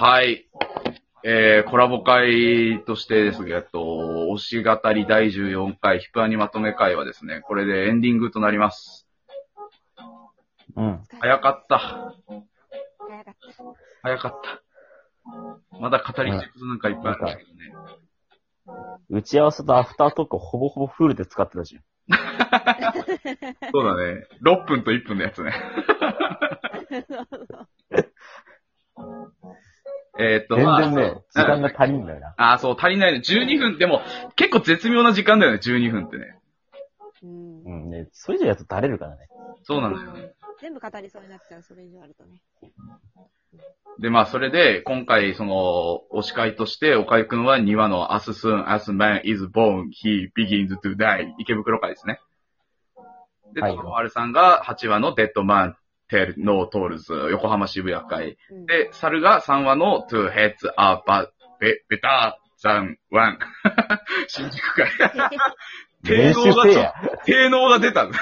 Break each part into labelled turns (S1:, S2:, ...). S1: はい。えー、コラボ会としてですね、えっと、推し語り第14回、ヒプアニまとめ会はですね、これでエンディングとなります。
S2: うん。
S1: 早かった。
S3: 早かっ
S1: 早かった。まだ語りたいことなんかいっぱいあるんですけどね。
S2: 打ち合わせとアフタートークをほぼほぼフルで使ってたじ
S1: そうだね。6分と1分のや つね。えーっ
S2: ゃ
S1: と、
S2: ん。全
S1: まあ
S2: 然ね、時間が足りんだよな。
S1: ああ、そう、足りないね。12分、でも、結構絶妙な時間だよね、12分ってね。
S3: た。うん
S2: う。んね、それ以上やるとだれるからね。
S1: そうなんだよね。
S3: 全部語りそうになっちゃう、それ以上あるとね。
S1: で、まあ、それで、今回、その、お司会として、岡井くんは2話の As soon as man is born, he begins to die 池袋会ですね。で、
S2: はい
S1: トロワルさんが8話の Dead man, tell no tolls 横浜渋谷会。
S3: うん、
S1: で、猿が3話の Two heads are ba- be- better than one 新宿会。
S2: 練習せえや。
S1: 低能が出た。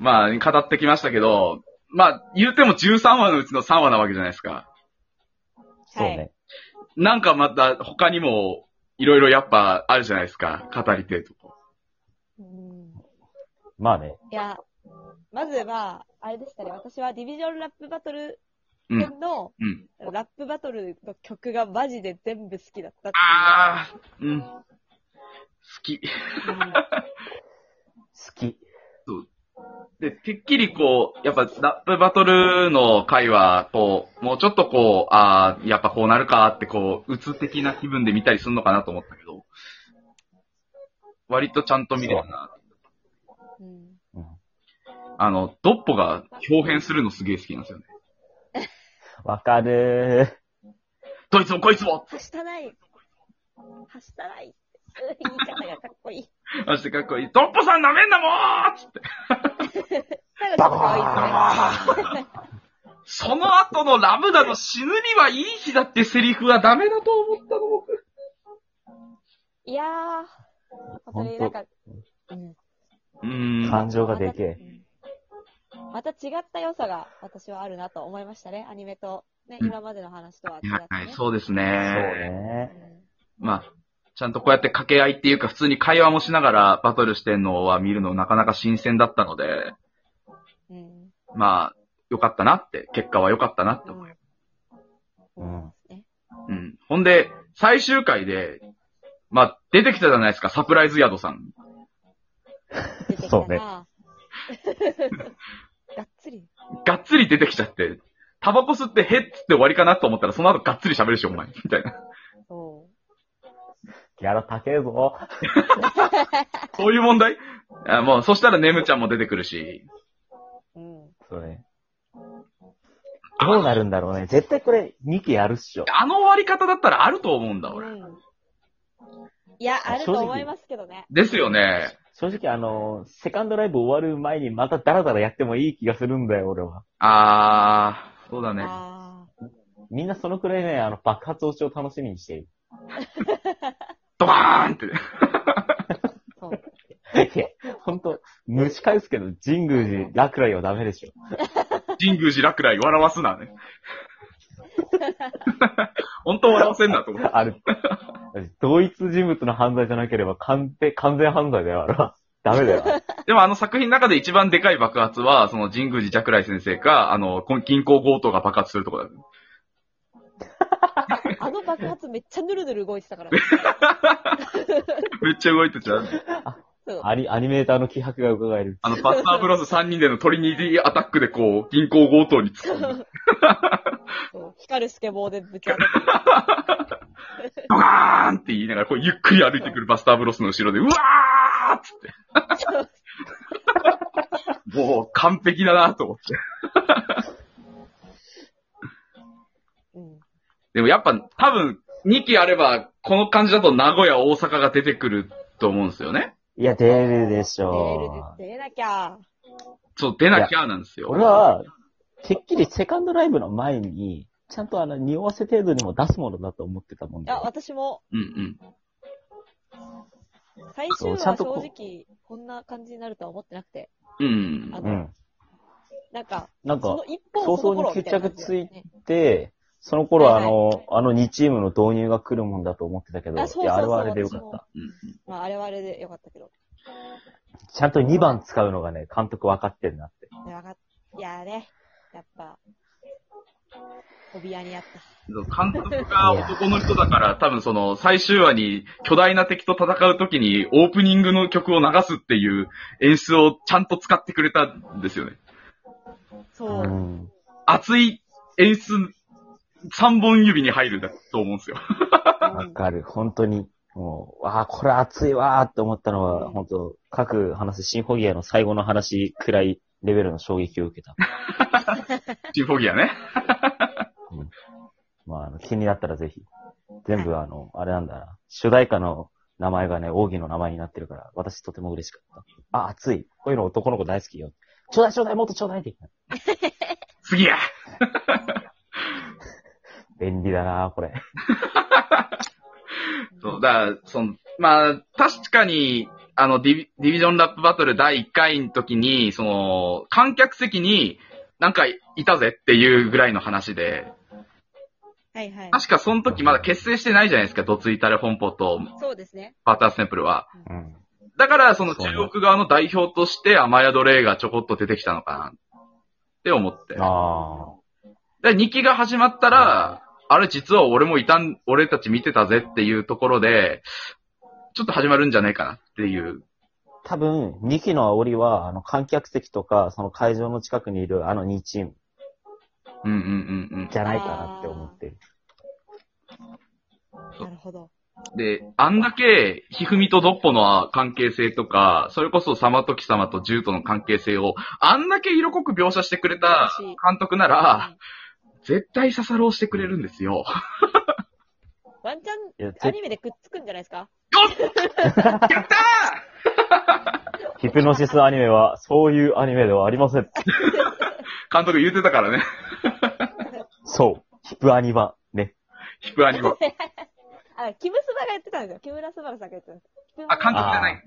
S1: まあ、語ってきましたけど、まあ、言うても13話のうちの3話なわけじゃないですか。
S2: そうね。
S1: なんかまた他にも、いろいろやっぱあるじゃないですか。語り手とか。
S3: うん
S2: まあね。
S3: いや、まずは、あれでしたね。私はディビジョンラップバトル
S1: うん
S3: の、
S1: うん。
S3: ラップバトルの曲がマジで全部好きだったって
S1: ああ、うん。好き。
S3: いう。
S2: 好き。
S1: で、てっきりこう、やっぱラップバトルの回は、こう、もうちょっとこう、ああ、やっぱこうなるかって、こう、うつ的な気分で見たりするのかなと思ったけど、割とちゃんと見れるな。
S3: うんうん
S2: うん。
S1: あの、ドッポが表変するのすげえ好きなんですよね。
S2: わかる
S1: どいつもこいつも
S3: はしたない。はしたない。うん言い方がかっこいい。
S1: マジでかっこいい。ドッポさん舐めんなもーつって。
S3: ただちょっと可愛いですね。
S1: その後のラムダの死ぬにはいい日だってセリフはダメだと思ったの僕。
S3: いやー、本当になんか、うん
S1: う
S2: ー。
S1: ーん。
S2: 感情がでけえ。
S3: また違った良さが私はあるなと思いましたね。アニメと、ね、
S1: うん
S3: 今までの話とは違って、ね。
S1: はい、そうです
S2: そう
S1: ね。
S2: ね。
S1: まあ、ちゃんとこうやって掛け合いっていうか、普通に会話もしながらバトルしてんのは見るのなかなか新鮮だったので、
S3: うん。うん。
S1: まあ、良かったなって、結果は良かったなって思う。
S2: うん
S3: ね
S1: うん。ほんで、最終回で、まあ、出てきたじゃないですか、サプライズ宿さん。
S3: 出てきた
S2: そうね
S3: ながっつり。
S1: がっつり出てきちゃって、タバコ吸ってへっつって終わりかなと思ったら、その後がっつり喋るし、お前。みたいな。
S3: そ
S2: ギャラ高えぞ。
S1: そういう問題あもう、そしたらネムちゃんも出てくるし。
S3: う。うん。
S2: そうね。どうなるんだろうね。絶対これ2期やるっしょ。
S1: あの終わり方だったらあると思うんだ、俺。
S3: うんいや、あると思いますけどね。
S1: ですよね。
S2: 正直あの、セカンドライブ終わる前にまたダラダラやってもいい気がするんだよ、俺は。
S1: あー、そうだね。
S3: あ
S2: みんなそのくらいね、あの、爆発落ちを楽しみにしている。
S1: ドバーンって。
S3: あ、そう。
S2: いやほんと、蒸し返すけど、神宮寺落雷はダメでしょ。
S1: 神宮寺落雷笑わすな、ね。本当笑わせんな、と思って。
S2: あれ、同一人物の犯罪じゃなければ完全、完全犯罪だよ、あれは。ダメだよ。
S1: でもあの作品の中で一番でかい爆発は、その神宮寺ジャクライ先生か、あの、こん銀行強盗が爆発するとこだ、ね。
S3: あの爆発めっちゃぬるぬる動いてたからね。
S1: めっちゃ動いてちゃう。
S3: そう。
S2: アニアニメーターの気迫が伺える。
S1: あの、バスターブロス3人でのトリニティアタックでこう、銀行強盗に突っ込んで、
S3: そう光るスケボーでぶち当たって。
S1: ドガーンって言いながら、こう、ゆっくり歩いてくるバスターブロスの後ろで、うわーっつって。 もう、完璧だなと思って。
S3: うん。
S1: でもやっぱ、多分、2期あれば、この感じだと名古屋、大阪が出てくると思うんですよね。
S2: いや、出るでし
S3: 出る
S2: ょう。
S3: 出なきゃ。
S1: そう、出なきゃなんですよ。
S2: 俺は、てっきりセカンドライブの前に、ちゃんとあの、匂わせ程度にも出すものだと思ってたもん
S3: い
S2: だ
S3: や、
S2: よ。
S3: 私も、
S1: うんうん。
S3: 最終話
S2: ちゃ
S3: は
S2: んとこう
S3: 正直、こんな感じになるとは思ってなくて、
S1: うん。
S3: あ
S2: う
S3: の、
S2: ん。
S3: なんか、
S2: なん
S3: そ
S2: か
S3: の、一本その頃
S2: 早々に
S3: みたいな
S2: 決着
S3: 感じだったね、
S2: で、その頃はあの、
S3: はいはい
S2: あの2チームの導入が来るもんだと思ってたけど、
S3: あそうそう
S2: いや、
S3: そう
S2: あれはあれでよか
S3: 私
S2: っ
S3: も
S2: た。
S1: うん
S3: まあ、あれはあれでよかったけど。
S2: ちゃんと2番使うのがね、監督分かってるなって。
S3: いや、わかっいやーね、やっぱ、飛び屋にやった。
S1: 監督が男の人だから、多分その最終話に巨大な敵と戦う時にオープニングの曲を流すっていう演出をちゃんと使ってくれたんですよね。
S3: そう。
S2: ん。
S1: 熱い演出3本指に入るんだと思うんですよ。
S2: わかる。本当に。もう、わあ、これ熱いわーって思ったのは、本当各話、シンフォギアの最後の話くらいレベルの衝撃を受けた。
S1: シンフォギアね。
S2: まあ、あの気になったらぜひ。全部あの、あれなんだな。主題歌の名前がね、奥義の名前になってるから、私とても嬉しかった。あ、熱い。こういうの男の子大好きよ。ちょうだいちょうだい、もっとちょうだいって言っ
S1: 次や
S2: た。便利だなこれ。
S1: そう、だから、その、まあ、確かに、あのディビ、ディビジョンラップバトル第1回の時に、その、観客席に、なんかいたぜっていうぐらいの話で、
S3: はいはい。
S1: 確かその時まだ結成してないじゃないですか、ドツイタレ本舗と
S3: そうですね。
S1: バターステンプルは。
S2: うん。
S1: だから、その
S2: そうね
S1: 中国側の代表として、アマヤドレイがちょこっと出てきたのかな、って思って。
S2: あ
S1: で、2期が始まったら、あれ実は俺もいたん、俺たち見てたぜっていうところで、ちょっと始まるんじゃないかなっていう。
S2: あ。多分、2期の煽りは、あの、観客席とか、その会場の近くにいるあの2チーム
S1: うんうんうんうん。
S2: じゃないかなって思ってる。
S3: なるほど。
S1: で、あんだけ、ひふみとドッポの関係性とか、それこそ様時様とジューとの関係性を、あんだけ色濃く描写してくれた監督なら、絶対刺さろうしてくれるんですよ。
S3: うんワンチャ
S2: い
S3: ン、
S2: や、
S3: アニメでくっつくんじゃないですか
S1: やった
S2: ヒプノシスアニメは、そういうアニメではありません。
S1: ー監督言うてたからね。
S2: そう。ヒプアニバ。ね。
S1: ヒプアニは。
S3: あ、キムスバがやってたんですよ。木村スバルさんがやってたんですよ。
S1: あ、監督じゃない。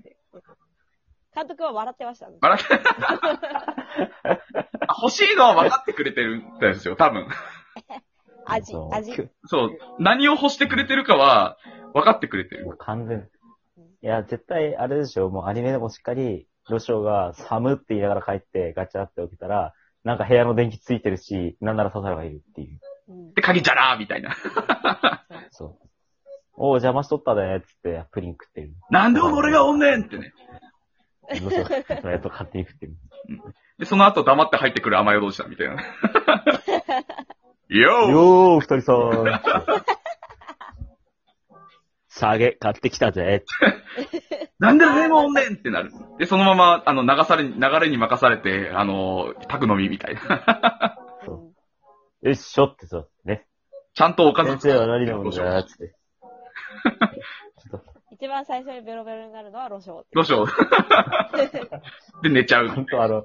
S3: 監督は笑ってました。
S1: 笑って、あ欲しいのは分かってくれてるんですよ、多分。
S3: 味
S2: そ、う
S3: 味。
S2: きゅ
S1: そう。何を欲してくれてるかは、分かってくれてる
S2: も。う完全。いや、絶対、あれでしょ、もうアニメでもしっかり、ロシオが寒って言いながら帰ってガチャって起きたら、なんか部屋の電気ついてるし、なんならサザエがいるっていう。
S3: うん
S1: で、鍵じゃらーみたいな。
S2: そう。おお邪魔しとったで、つって、プリン食ってる。
S1: なんで俺がおんねんってね。
S2: ロシオがやっと勝手に食ってる。
S1: で、その後黙って入ってくる甘いおじさんみたいな。 よー
S2: よー、二人さん。下げ、買ってきたぜ。
S1: なんで俺もおんねんってなる。で、そのまま、あの、流され、流れに任されて、あの、宅飲みみたいな。
S2: そう
S3: うん
S2: よいしょってそう。ね。
S1: ちゃんとおかず
S2: 先生は何飲むんだつって。ちょっ
S3: 一番最初にベロベロになるのはロショウって
S1: どうしよう。で、寝ちゃ
S2: と、ほん
S1: う。
S2: とあの、
S3: うん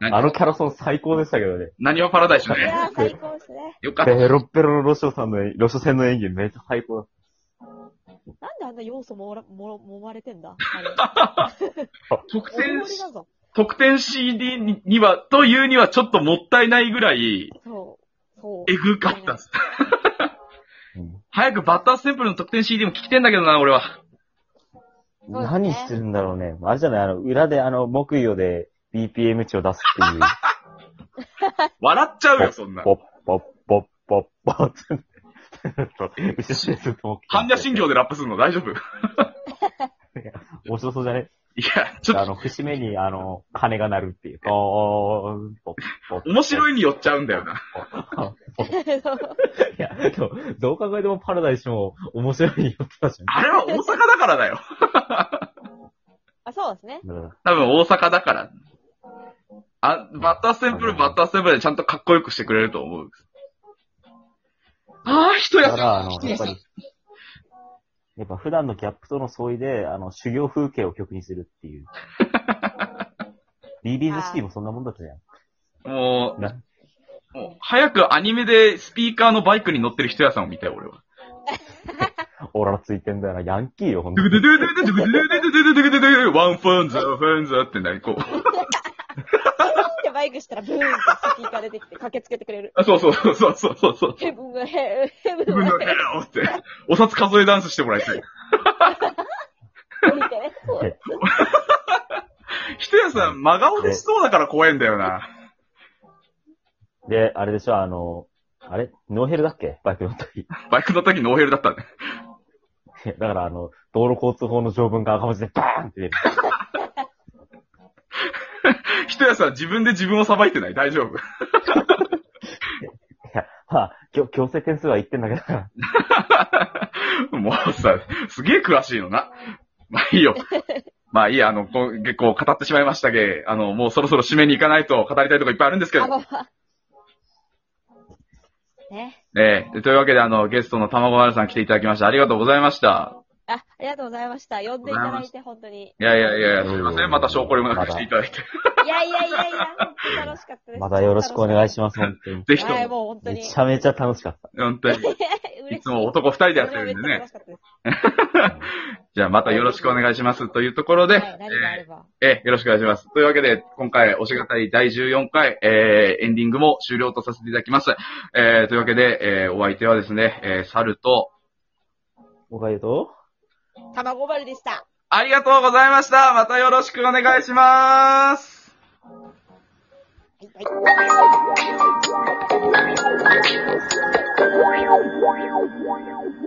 S1: 何
S2: あのキャラソン最高でしたけどね。
S1: 何はパラダイス
S3: い
S1: ね。
S3: やー、最高ですね。
S1: よかった。
S2: ベロッベロのロショさんの、ロショ戦の演技めっちゃ最高だっ
S3: なんであんな要素もら、もろ、揉まれてんだあれ。
S1: 特
S3: おり
S1: 典、
S3: だぞ。
S1: 特典 CD にには、というにはちょっともったいないぐらい、
S3: そう。そう。
S1: えぐかったっす。
S2: た。
S1: 早くバッターステンプルの特典 CD も聞きてんだけどな、俺は。
S3: そうですね
S2: 何してるんだろうね。あれじゃないあの、裏であの、木魚で BPM 値を出すって いう。
S1: 笑っちゃうよ、そんな。
S2: ポッポッポッポッ ポッつって。後ろでずっと木魚
S1: 般若心経でラップするの大丈夫い
S2: 面白そうじゃね
S1: や、ちょっと
S2: あの、節目にあの、鐘が鳴るっていう。おーん、ポッポッ
S1: 面白
S2: い。
S1: いに寄っちゃうんだよな。
S2: いや、でも、どう考えてもパラダイスも面白いよってたじ
S1: あれは大阪だからだよ。
S3: あ、そうですね。
S2: ゃん。うん
S1: 多分大阪だから。あ、バッターステンプル、バッターステンプルでちゃんとかっこよくしてくれると思う。ああ、人
S2: だ
S1: や
S2: から、あの、やっぱり、やっぱ普段のギャップとの相違で、あの、修行風景を曲にするっていう。リリーズシティもそんなもんだったじゃん。
S1: も
S2: な
S1: う、もう早くアニメでスピーカーのバイクに乗ってる人やさんを見たい、俺は。
S2: オーラついてんだよな。ヤンキーよ、ほん
S1: ド
S2: と
S1: ゥ
S2: に
S1: ク。ドゥドゥドゥドゥドゥドゥドゥドゥドゥドゥドゥドゥワンファンザーファンザーってなり、こう。
S3: で、バイクしたらブーンってスピーカー出てきて駆けつけてくれる。
S1: あ、そうそうそうそうそう そうそう。
S3: ヘブンがヘヘブ
S1: 自
S3: ン
S1: 分
S3: が
S1: のヘローって、お札数えダンスしてもらいたい。
S3: 降りてね。そう
S1: ひとやさん、真顔でしそうだから怖いんだよな。
S2: で、あれでしょ、あの、あれノーヘルだっけバイクの時。い
S1: バイクの時ノーヘルだったね。
S2: やだから、あの、道路交通法の条文が赤文字でバーンって出る。
S1: ひとやさん、自分で自分をさばいてない大丈夫。
S2: いや、 まあ、強強制点数は1点だけだから。
S1: もうさ、すげえ詳しいのな。まあい いよ。まあいいや、あの、こう結構語ってしまいましたげ、あの、もうそろそろ締めに行かないと語りたいとこいっぱいあるんですけど
S3: あ、。ごめんね。
S1: ええというわけで、あの、ゲストのたまごまるさん来ていただきました。ありがとうございました。
S3: あ、ありがとうございました。呼んでいただいて本当に。
S1: いやいやいやいや、すいません。また証拠にもな
S2: ま
S1: く
S2: だ
S1: していただいて。
S3: いやいやいやいや、本当に楽しかったです。
S2: まだよろしくお願いし
S3: ま
S2: ます、本当に。
S1: ぜひ
S3: す。
S1: と
S3: はい、
S1: も、
S3: もう本当に。
S2: めちゃめちゃ楽しかった。
S1: 本当に、
S3: 嬉し
S1: いつも男二人でやってるんでね。
S3: それはめっちゃ楽しかったです
S1: じゃあまたよろしくお願いします。というところで、
S3: はい、何があれば。
S1: ええよろしくお願いします。というわけで、今回、おしがたり第14回、えー、エンディングも終了とさせていただきます。えー、というわけで、えー、お相手はですね、えー、猿と、
S2: おかゆと
S3: 卵丸でした。
S1: ありがとうございました。またよろしくお願いします。
S3: はい、はい。
S4: Wow, wow, wow, wow.